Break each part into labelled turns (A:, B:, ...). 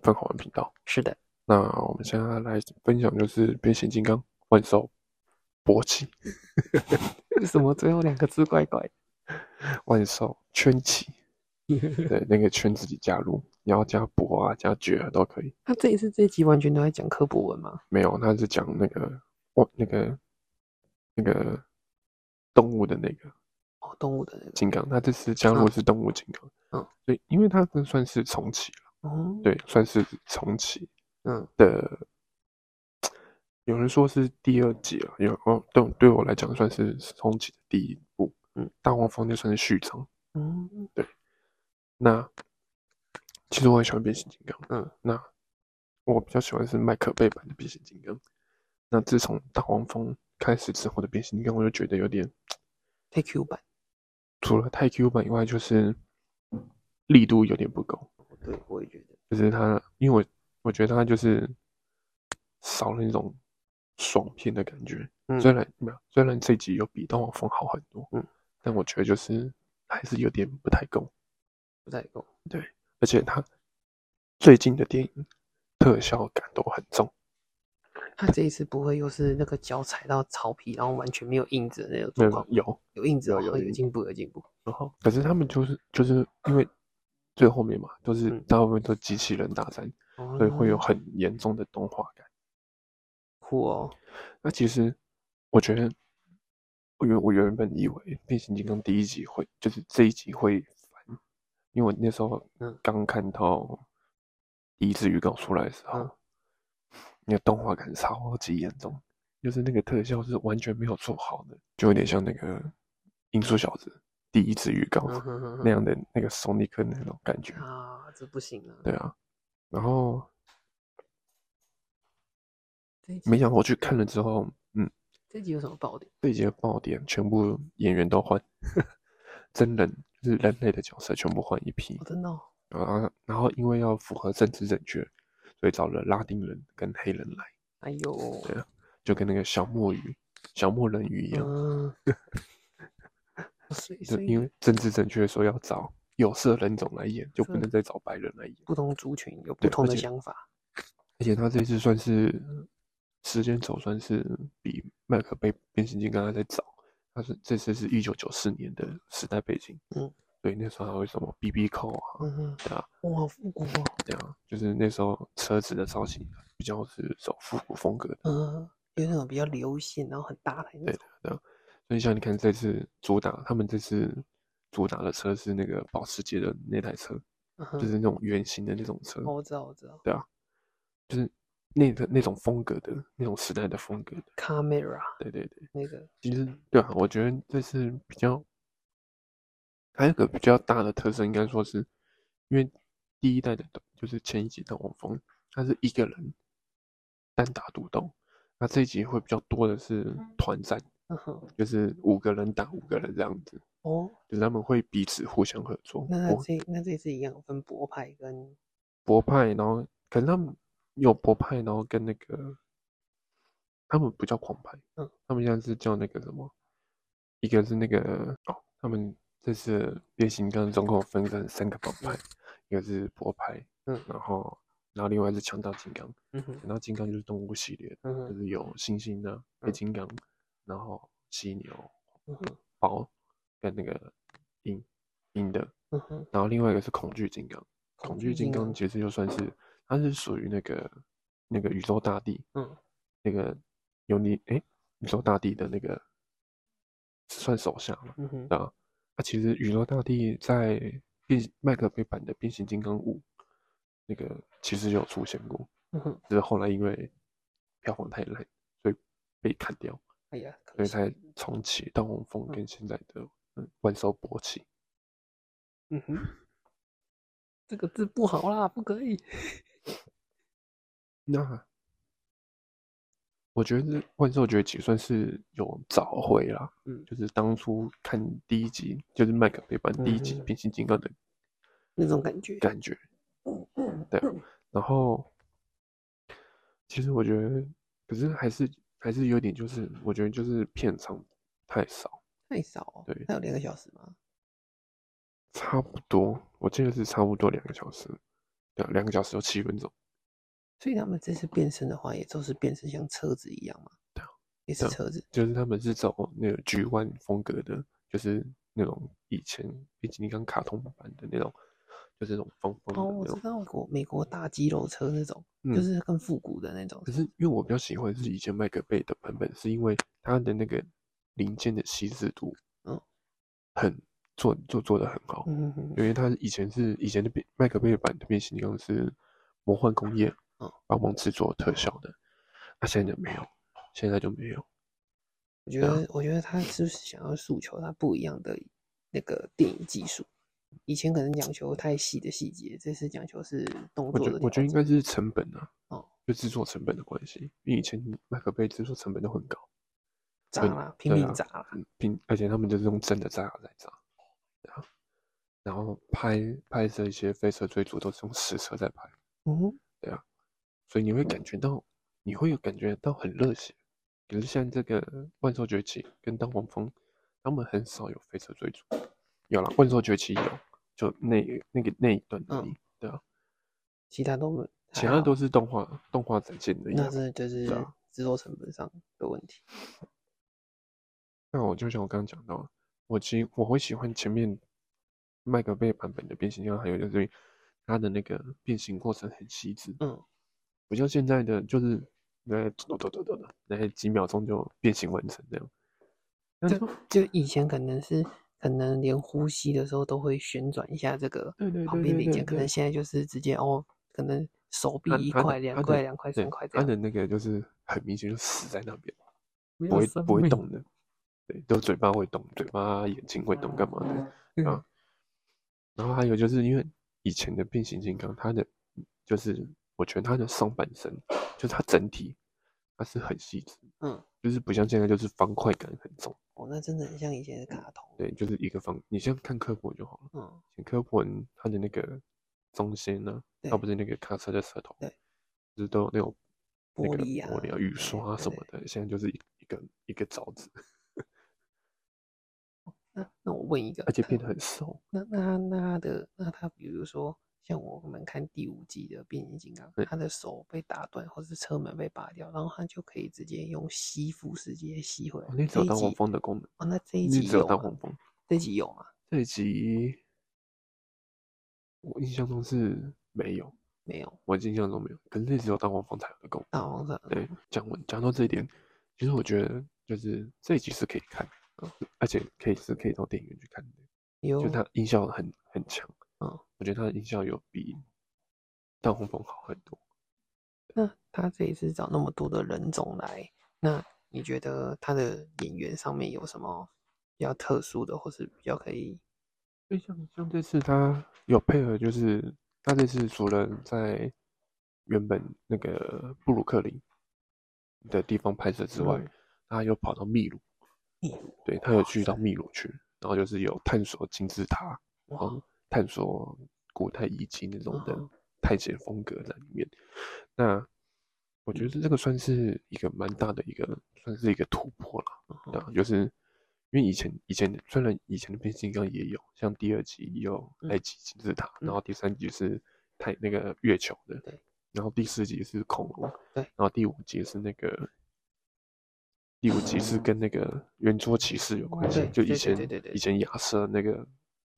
A: 泛口玩频道。
B: 是的，
A: 那我们现在来分享就是变形金刚万寿勃起，
B: 为什么最后两个字怪怪的？
A: 万寿圈起，对那个圈子里加入，你要加博啊，加爵啊都可以。
B: 他这一次这一集完全都在讲科博文吗？
A: 没有，他是讲那个哦，那个那个动物的那个
B: 哦，动物的那个
A: 金刚，他这次加入的是动物金刚。
B: 嗯，
A: 对，因为他这算是重启了，
B: 哦，，
A: 对，算是重启。
B: 嗯，
A: 的，有人说是第二集了，有哦，对我对我来讲算是重启的第一部，
B: 嗯，
A: 大黄蜂就算是序章。
B: 嗯，
A: 那其实我很喜欢变形金刚，
B: 嗯，
A: 那我比较喜欢是麦克贝版的变形金刚。那自从大黄蜂开始之后的变形金刚，我就觉得有点
B: 太 Q 版，
A: 除了太 Q 版以外，就是力度有点不够。
B: 哦对，我也觉得
A: 就是他，因为我我觉得他就是少了那种爽片的感觉。
B: 嗯
A: 虽然没有，虽然这集有比《大黄蜂》好很多，
B: 嗯，
A: 但我觉得就是还是有点不太够。
B: 不太够，
A: 而且他最近的电影特效感都很重，
B: 他这一次不会又是那个脚踩到草皮，然后完全没有印子的那种
A: 没
B: 状
A: 有
B: 况？
A: 有。
B: 有印子，
A: 有
B: 好
A: 有
B: 像有
A: 印
B: 进步，有进步。
A: 然后，可是他们就是就是因为最后面嘛，都是
B: 嗯
A: 大部分都机器人大战，
B: 哦
A: 所以会有很严重的动画感。
B: 酷哦，
A: 那其实我觉得，我原我原本以为变形金刚第一集会就是这一集会翻，因为我那时候
B: 嗯
A: 刚看到第一次预告出来的时候，
B: 嗯
A: 那个动画感超级严重，就是那个特效是完全没有做好的，就有点像那个《音速小子》第一次预告、
B: 嗯哼哼
A: 那
B: 哼
A: 样的那个索尼克那种感觉。
B: 啊，这不行啊，
A: 对啊，然后
B: 这一集
A: 没想到我去看了之后，嗯，
B: 这一集有什么爆点？
A: 这一集的爆点全部演员都换， 真人就是人类的角色全部换一批
B: 哦，真的哦
A: 然后然后因为要符合政治正确，所以找了拉丁人跟黑人来，
B: 哎 呦，
A: 对啊，就跟那个小墨鱼、小墨人鱼一样，
B: 嗯， 所以
A: 就
B: 所以
A: 因为政治正确，所以要找有色人种来演，就不
B: 是
A: 能再找白人来演。
B: 不同族群有不
A: 对
B: 同
A: 而
B: 的
A: 且
B: 想法，
A: 而且他这次算是时间轴算是比麦克贝变形金刚还在早，他是这次是一九九四年的时代背景，
B: 嗯，
A: 对，那时候还有什么 BB 扣啊，
B: 嗯哼，
A: 对啊，
B: 哇，好复古哦，
A: 对啊，就是那时候车子的造型比较是走复古风格的，
B: 嗯，有那种比较流线，然后很大台那
A: 对
B: 种，
A: 所以像你看这次主打，他们这次主打的车是那个保时捷的那台车，
B: 嗯
A: 就
B: 哼，
A: 是那种圆形的那种车，
B: 哦，我知道，我知道
A: 就是那个那种风格的那种时代的风格的，
B: ，camera
A: 对对对。
B: 那个，
A: 其实对啊，我觉得这次比较，还有一个比较大的特色，应该说是因为第一代的斗就是前一集的王峰，他是一个人单打独斗，那这一集会比较多的是团战，
B: 嗯哼，
A: 就是五个人打五个人这样子，
B: 哦，
A: 就是他们会彼此互相合作，
B: 那那
A: 博
B: 这那这次一样分博派跟
A: 博派，然后可是他们有博派，然后跟那个他们不叫狂派，
B: 嗯，
A: 他们现在是叫那个什么，一个是那个哦，他们这次变形金刚总共分成三个帮派，一个是博派，
B: 嗯
A: 然后然后另外是强盗金刚，
B: 嗯哼
A: 强盗金刚就是动物系列的，
B: 嗯
A: 就
B: 哼
A: 是有猩猩啊、黑
B: 嗯
A: 金刚，然后犀牛、
B: 嗯哼
A: 豹跟那个鹰鹰的，
B: 嗯哼，
A: 然后另外一个是恐惧金刚，恐惧金刚
B: 刚，
A: 其实就算是它是属于那个那个宇宙大帝，
B: 嗯，
A: 那个尤尼诶，宇宙大帝的那个算手下嘛？
B: 嗯哼，
A: 对啊，那其实宇宙大帝在变麦克贝版的变形金刚五那个其实有出现过，
B: 嗯哼，
A: 只是后来因为票房太烂，所以被砍掉，
B: 哎呀，
A: 所
B: 可
A: 以
B: 惜
A: 才重启《大黄蜂》跟现在的嗯万寿勃起。
B: 嗯哼，这个字不好啦，不可以，
A: 那我觉得《万兽崛起》算是有找回啦，
B: 嗯
A: 就是当初看第一集，就是麦克贝版第一集
B: 嗯
A: 《
B: 哼
A: 变形金刚》的
B: 那种感觉，
A: 感觉，对啊。然后，其实我觉得，可是还是还是有点，就是我觉得就是片长太少，
B: 太少哦，
A: 对
B: 还有两个小时吗？
A: 差不多，我记得是差不多两个小时，对啊，两个小时有七分钟，
B: 所以他们这次变身的话，也都是变成像车子一样嘛？
A: 对啊，
B: 也是车子。
A: 就是他们是走那个橘湾风格的，就是那种以前比基尼刚卡通版的那种，就是那种风风的那
B: 哦，我
A: 种
B: 知。道美国美国大肌肉车那种，
A: 嗯
B: 就是更复古的那种
A: 可。是因为我比较喜欢是以前麦克贝的版本，是因为它的那个零件的细致度，
B: 嗯，
A: 很做做做的很好。
B: 嗯哼哼
A: 因为它以前是以前的变麦克贝版的变形金刚是魔幻工业
B: 嗯
A: 帮忙制作特效的，那、现在就没有，现在就没有。
B: 我觉
A: 对啊
B: 得，我觉得他就是想要诉求他不一样的那个电影技术。以前可能讲求太细的细节，这次讲求是动
A: 我
B: 作
A: 觉
B: 的
A: 我觉得应
B: 调
A: 该
B: 整
A: 是成本啊，
B: 哦，
A: 就制作成本的关系，因为以前麦克贝制作成本都很高，
B: 炸
A: 对
B: 啦，拼
A: 对
B: 命
A: 啊
B: 炸啦。
A: 嗯并而且他们就是用真的炸药在炸，对啊，然后拍拍摄一些飞车追逐都是用实车在拍，
B: 嗯哼，
A: 所以你会感觉到，你会有感觉到很热血。可是像这个万兽崛起跟当黄蜂，他们很少有飞车追逐，有啦，万兽崛起有，就那那个那一段而已，
B: 嗯
A: 对啊，
B: 其他都还
A: 其他
B: 好
A: 都是动画动画展现的一样
B: 那。真的就是
A: 对啊
B: 制作成本上的问题。
A: 那我就像我刚刚讲到，我其实我会喜欢前面麦克贝版本的变形金刚，还有就是它的那个变形过程很细致，
B: 嗯，
A: 不像现在的就是那抖抖抖抖抖，那几秒钟就变形完成这样。那你说
B: 就以前可能是可能连呼吸的时候都会旋转一下这个
A: 对对
B: 旁
A: 对
B: 边
A: 对
B: 零件，
A: 对
B: 可能
A: 对
B: 现在就是直接哦，可能手臂
A: 它
B: 一
A: 它的
B: 块、两
A: 它的
B: 块、两块、
A: 对
B: 三块这
A: 它
B: 样，
A: 的那个就是很明显就死在那边，
B: 没
A: 不
B: 有
A: 会
B: 生
A: 不会
B: 命。
A: 动的，对，都嘴巴会动，嘴巴眼睛会动干嘛的？
B: 嗯
A: 啊然后还有就是因为以前的变形金刚，它的就是我觉得它的上半身，就是它整体，它是很细致，
B: 嗯，
A: 就是不像现在就是方块感很重。
B: 哦，那真的很像以前的卡通。
A: 对，就是一个方，你先看科普就好了。
B: 嗯，
A: 以前科普文它的那个中心呢、
B: 对
A: 它不是那个咔嚓的舌头，
B: 对，
A: 就是都有那种那个
B: 玻璃啊
A: 玻璃啊、
B: 对
A: 雨刷啊
B: 对
A: 什么的，现在就是一一个一个凿子，
B: 那那我问一个，
A: 而且
B: 它
A: 变得很瘦。
B: 那那他那他的那他比如说像我们看第五季的变形金刚，
A: 对
B: 他的手被打断或是车门被拔掉，然后他就可以直接用吸附式直接吸回来。
A: 哦那只
B: 这
A: 有
B: 一
A: 当黄
B: 集
A: 蜂的功能，
B: 哦，那这一
A: 那
B: 集
A: 只有
B: 有
A: 当
B: 吗
A: 黄蜂。
B: 这一集有吗？
A: 这一集我印象中是没有，
B: 没有，
A: 我印象中没有，可是那只有当黄蜂才有的功能。
B: 大王上
A: 对，讲完讲到这一点，其实我觉得就是这一集是可以看，嗯而且可以是可以到电影院去看的。
B: 有
A: 就它音效很很强，
B: 嗯，
A: 我觉得它的音效有比《大红蜂》好很多。
B: 那他这一次找那么多的人种来，那你觉得他的演员上面有什么比较特殊的，或是比较可以？
A: 所以像像这次它有配合，就是它这次除了在原本那个布鲁克林的地方拍摄之外
B: 嗯，
A: 它又跑到秘鲁，
B: 例如
A: 对，它有去到秘鲁去，然后就是有探索金字塔，然
B: 哇，
A: 后探索古代遗迹那种的
B: 嗯哼
A: 太极风格在里面。那我觉得这个算是一个蛮大的一个，算是一个突破了。
B: 嗯哼
A: 对啊，就是因为以前以前虽然以前的变形金刚也有，像第二集也有
B: 嗯
A: 埃及金字塔，
B: 嗯
A: 然后第三集是太那个月球的，
B: 对，
A: 然后第四集是恐龙，
B: 对
A: 然后第五集是那个。第五集是跟那个圆桌骑士有关系
B: 对，
A: 就
B: 对
A: 以
B: 对
A: 前
B: 对对对
A: 以前亚瑟那个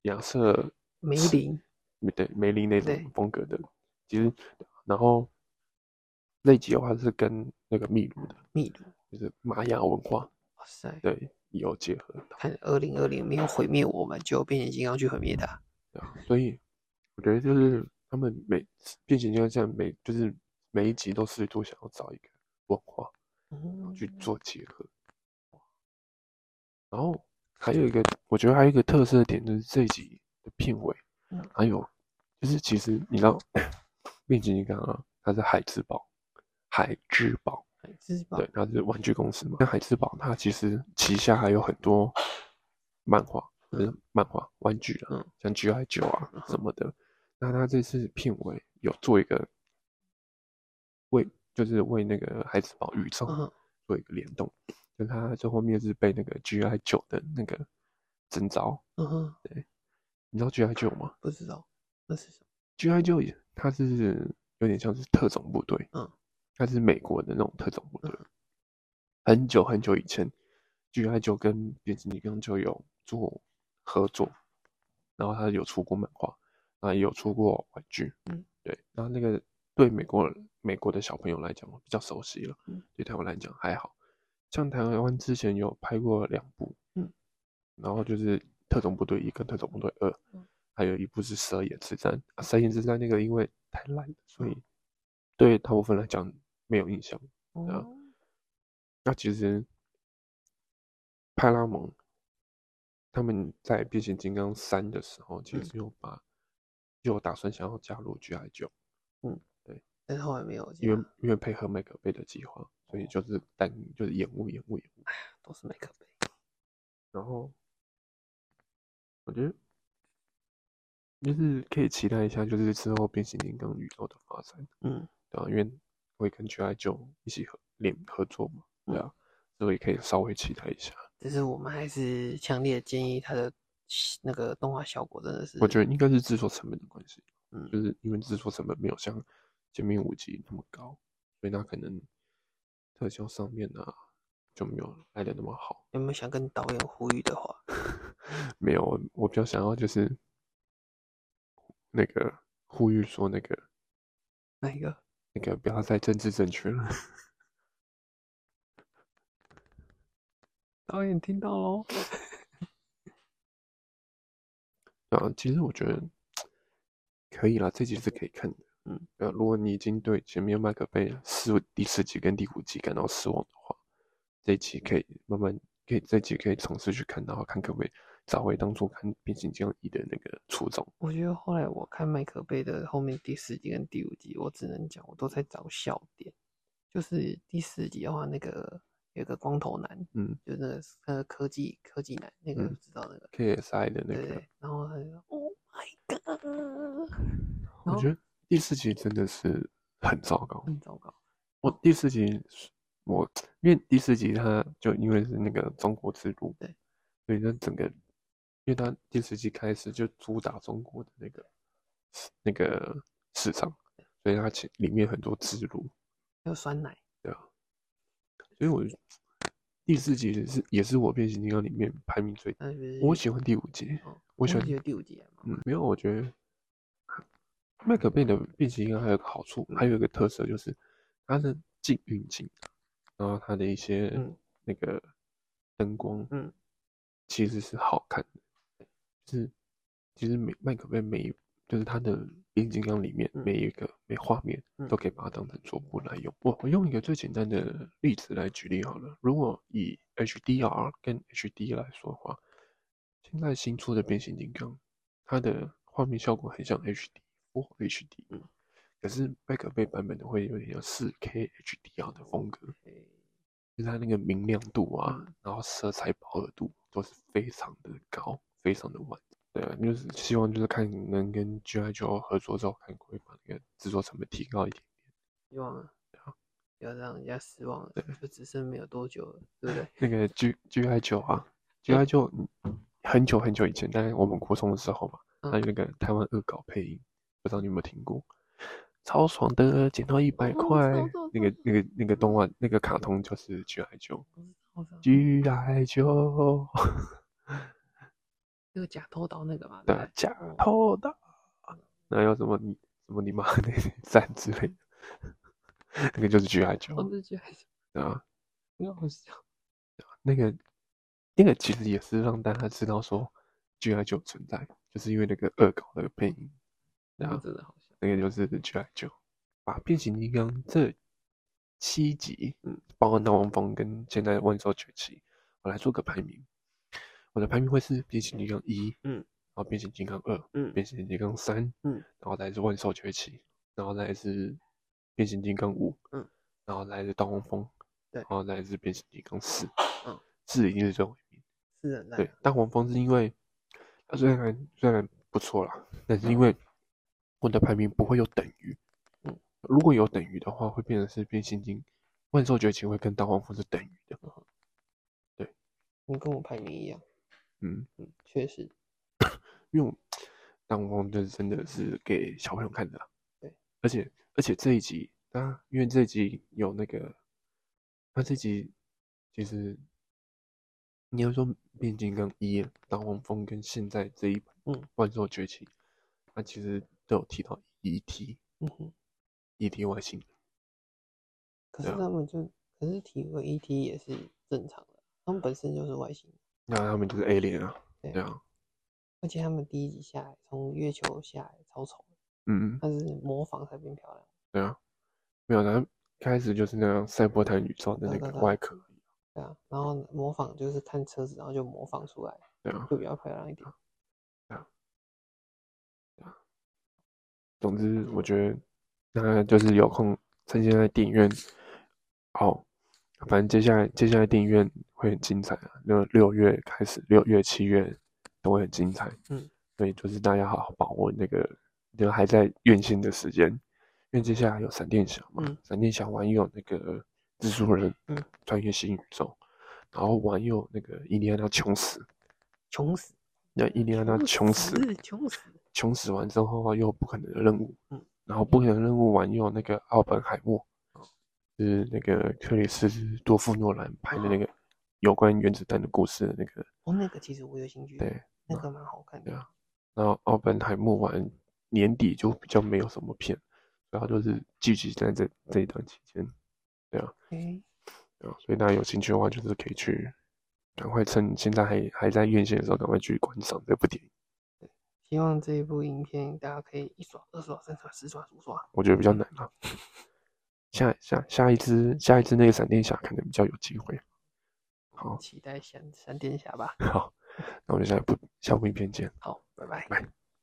A: 亚瑟
B: 梅林，
A: 梅对梅林那
B: 对
A: 种风格的，其实然后那集的话是跟那个秘鲁的，
B: 秘鲁，
A: 就是玛雅文化
B: 哇塞！
A: 对有结合到。
B: 看二零二零没有毁灭我们，就变形金刚去毁灭它。
A: 对啊，所以我觉得就是他们每变形金刚这样每就是每一集都试图想要找一个文化
B: 嗯
A: 去做结合。然后还有一个，我觉得还有一个特色点就是这一集的片尾
B: 嗯，
A: 还有就是其实你知道 变形金刚啊，它是海之宝，海之宝。
B: 哎这是吧？
A: 对，它是玩具公司嘛。那海之宝它其实旗下还有很多漫画，就是漫画玩具啊，
B: 嗯
A: 像 GI 九啊什么的。那它这次片尾有做一个为，就是为那个海之宝宇宙
B: 嗯哼
A: 做一个联动，就它最后面是被那个 GI 九的那个征召，
B: 嗯哼，
A: 你知道 GI 九吗？
B: 不知道那是什么？
A: G.I. Joe 也它是有点像是特种部队，
B: 嗯，
A: 它是美国的那种特种部队。很久很久以前，G.I. Joe 跟变形金刚就有做合作，然后它有出过漫画，那也有出过玩具，
B: 嗯，
A: 对。然后那个对美国美国的小朋友来讲比较熟悉了，
B: 嗯
A: 对台湾来讲还好。像台湾之前有拍过两部，
B: 嗯，
A: 然后就是特种部队一跟特种部队二，
B: 嗯
A: 还有一部是蛇眼之战，啊、蛇眼之战那个因为太烂了，所以对大部分来讲没有印象。啊
B: 哦，
A: 那其实派拉蒙他们在变形金刚三的时候，其
B: 嗯
A: 实有把、有打算想要加入 G.I. 九，
B: 但是后啊来没有这
A: 因
B: 样，
A: 为因为配合麦克贝的计划，所以就是但就是延误延误延误。
B: 都是麦克杯。
A: 然后我觉得就是可以期待一下，就是之后变形金刚宇宙的发展，
B: 嗯，
A: 对啊吧、因为会跟 G.I. 九一起合联合作嘛，对啊，
B: 嗯
A: 所以可以稍微期待一下。
B: 只是我们还是强烈建议它的那个动画效果真的是，
A: 我觉得应该是制作成本的关系，
B: 嗯
A: 就是因为制作成本没有像《歼灭五级》那么高，所以它可能特效上面啊就没有来的那么好。
B: 有没有想跟导演呼吁的话？
A: 没有，我我比较想要就是那个呼吁说，那个
B: 那一个？
A: 那个不要再政治正确了。
B: 导演听到喽。
A: 啊，其实我觉得可以啦，这集是可以看的。
B: 嗯，
A: 呃，如果你已经对前面麦克贝四第四集跟第五集感到失望的话，这一集可以慢慢可以这一集可以尝试去看，然后看可不可以找回当初看变形金刚一的那个初衷。
B: 我觉得后来我看麦克贝的后面第四集跟第五集，我只能讲我都在找笑点。就是第四集的话，那个有一个光头男，
A: 嗯
B: 就是那个那个科技科技男，那个
A: 嗯
B: 不知道那个，
A: ，KSI 的那
B: 对
A: 个，
B: 对。然后他就说 Oh my god，然
A: 我
B: 后
A: 觉得第四集真的是很糟糕。
B: 很糟糕。
A: 我第四集是，我因为第四集它就因为是那个中国之路，
B: 对，
A: 所以它整个，因为它第四集开始就主打中国的那个市那个市场，所以它其里面很多之路，
B: 还有酸奶，
A: 所以我第四集也是也是我变形金刚里面排名最，
B: 那就是
A: 我喜欢第五集，
B: 哦
A: 我喜欢
B: 觉得第五集还蛮好
A: 嗯，没有，我觉得麦克贝的变形金刚还有个好处，还有一个特色就是它的近运镜，然后它的一些
B: 嗯
A: 那个灯光，
B: 嗯，
A: 其实是好看的，就是其实每麦克贝每一就是它的变形金刚里面
B: 嗯
A: 每一个每画面
B: 嗯
A: 都可以把它当成桌布来用。我我用一个最简单的例子来举例好了，如果以 HDR 跟 HD 来说的话，现在新出的变形金刚。它的画面效果很像 HD Full HD，
B: 嗯
A: 可是麦克贝版本的会有点像 4K HDR 的风格，
B: 诶
A: 就是它那个明亮度啊，
B: 嗯
A: 然后色彩饱和度都是非常的高，非常的完整。对啊，就是希望就是看能跟 G.I. Joe 合作之后，看可不可以把那个制作成本提高一点。
B: 希望啊不要让人家失望了，就只剩没有多久了，对不对？
A: 那个 G G.I. Joe 啊，G.I. Joe 嗯很久很久以前，大概我们国中的时候吧，
B: 嗯
A: 还有那个台湾恶搞配音，不知道你有没有听过？超爽的，捡到一百
B: 哦
A: 块
B: 我知道我，
A: 那
B: 知道
A: 个那个那个动画那个卡通就是 G.I. Joe。
B: 我知道我知道
A: G.I. Joe，
B: 那个假偷刀那个嘛，对不
A: 的
B: 对
A: 假偷的，那有什么你什么你妈的 赞之类的， 那个就是 G.I.
B: 我
A: Joe
B: 就觉得还是
A: 啊。
B: 很好笑。
A: 那个那个其实也是让大家知道说 G.I. 九存在，就是因为那个恶搞的配音，啊然后
B: 那个真的好笑。
A: 那个就是 G.I. 九，把啊变形金刚这七集，
B: 嗯，
A: 包括《闹王峰》跟现在《万兽崛起》，我来做个排名。我的排名会是变形金刚一，
B: 嗯
A: 然后变形金刚二，
B: 嗯
A: 变形金刚三，
B: 嗯
A: 然后再是万兽崛起，然后再是变形金刚五，
B: 嗯，
A: 然后再是大黄蜂，
B: 对
A: 然后再是变形金刚四，
B: 嗯，
A: 四已经是最后一名。
B: 是很烂
A: 对
B: 啊，，
A: 大黄蜂是因为它虽然虽然不错啦，但是因为我的排名不会有等于，
B: 嗯，
A: 如果有等于的话，会变成是变形金万兽崛起会跟大黄蜂是等于的，
B: 你跟我排名一样，
A: 嗯，
B: 嗯，确实，
A: 因为我当风筝真的是给小朋友看的啦。
B: 对，
A: 而且而且这一集，那因为这一集有那个，那这集其实你要说《变形金刚一》、《大黄蜂》跟现在这一版《
B: 嗯
A: 万兽崛起》，它其实都有提到 E.T.
B: 嗯哼，
A: E.T. 外星人，
B: 可
A: 对
B: 是
A: 啊
B: 他们就，可是提问 ET 也是正常的，他们本身就是外星人，
A: 那他们就是 alien 啊，
B: 对
A: 对啊，
B: 而且他们第一集下来，从月球下来超丑的，
A: 嗯，
B: 但是模仿才变漂亮。
A: 对啊，没有，然后开始就是那样赛博坦宇宙的那
B: 对
A: 个
B: 对对
A: 外壳，
B: 对啊，然后模仿就是看车子，然后就模仿出来，
A: 对啊，
B: 就比较漂亮一点。
A: 总之，我觉得那就是有空趁现在电影院，好，反正接下来接下来电影院会很精彩啊，六六月开始，六月七月都会很精彩，
B: 嗯，
A: 所以就是大家好好把握那个就还在院线的时间，因为接下来有闪电侠嘛，
B: 嗯
A: 闪电侠完又有那个蜘蛛人，
B: 嗯，
A: 穿越新宇宙，然后完又有那个印第安纳琼斯，
B: 穷死，
A: 那印第安
B: 哦
A: 纳琼斯，
B: 穷死，
A: 穷死完之后啊，又有不可能的任务，
B: 嗯
A: 然后不可能任务完又有那个奥本海默，就是那个克里斯多夫诺兰拍的那个有关原子弹的故事的那个，
B: 哦，那个其实我有兴趣，
A: 对，
B: 那个蛮好看
A: 对
B: 的。
A: 啊，然后奥本海默完年底就比较没有什么片，然后就是聚集在这这一段期间，
B: 哎，
A: 对啊，所以大家有兴趣的话，就是可以去赶快趁现在还还在院线的时候，赶快去观赏这部电影，
B: 希望这一部影片大家可以一刷、二刷、三刷、四刷、五刷。
A: 我觉得比较难啊。下下下一只下一只那个闪电侠可能比较有机会。啊好
B: 期待闪闪电侠吧。
A: 好，那我们就下一部下部影片见，
B: 好，拜拜。
A: 拜。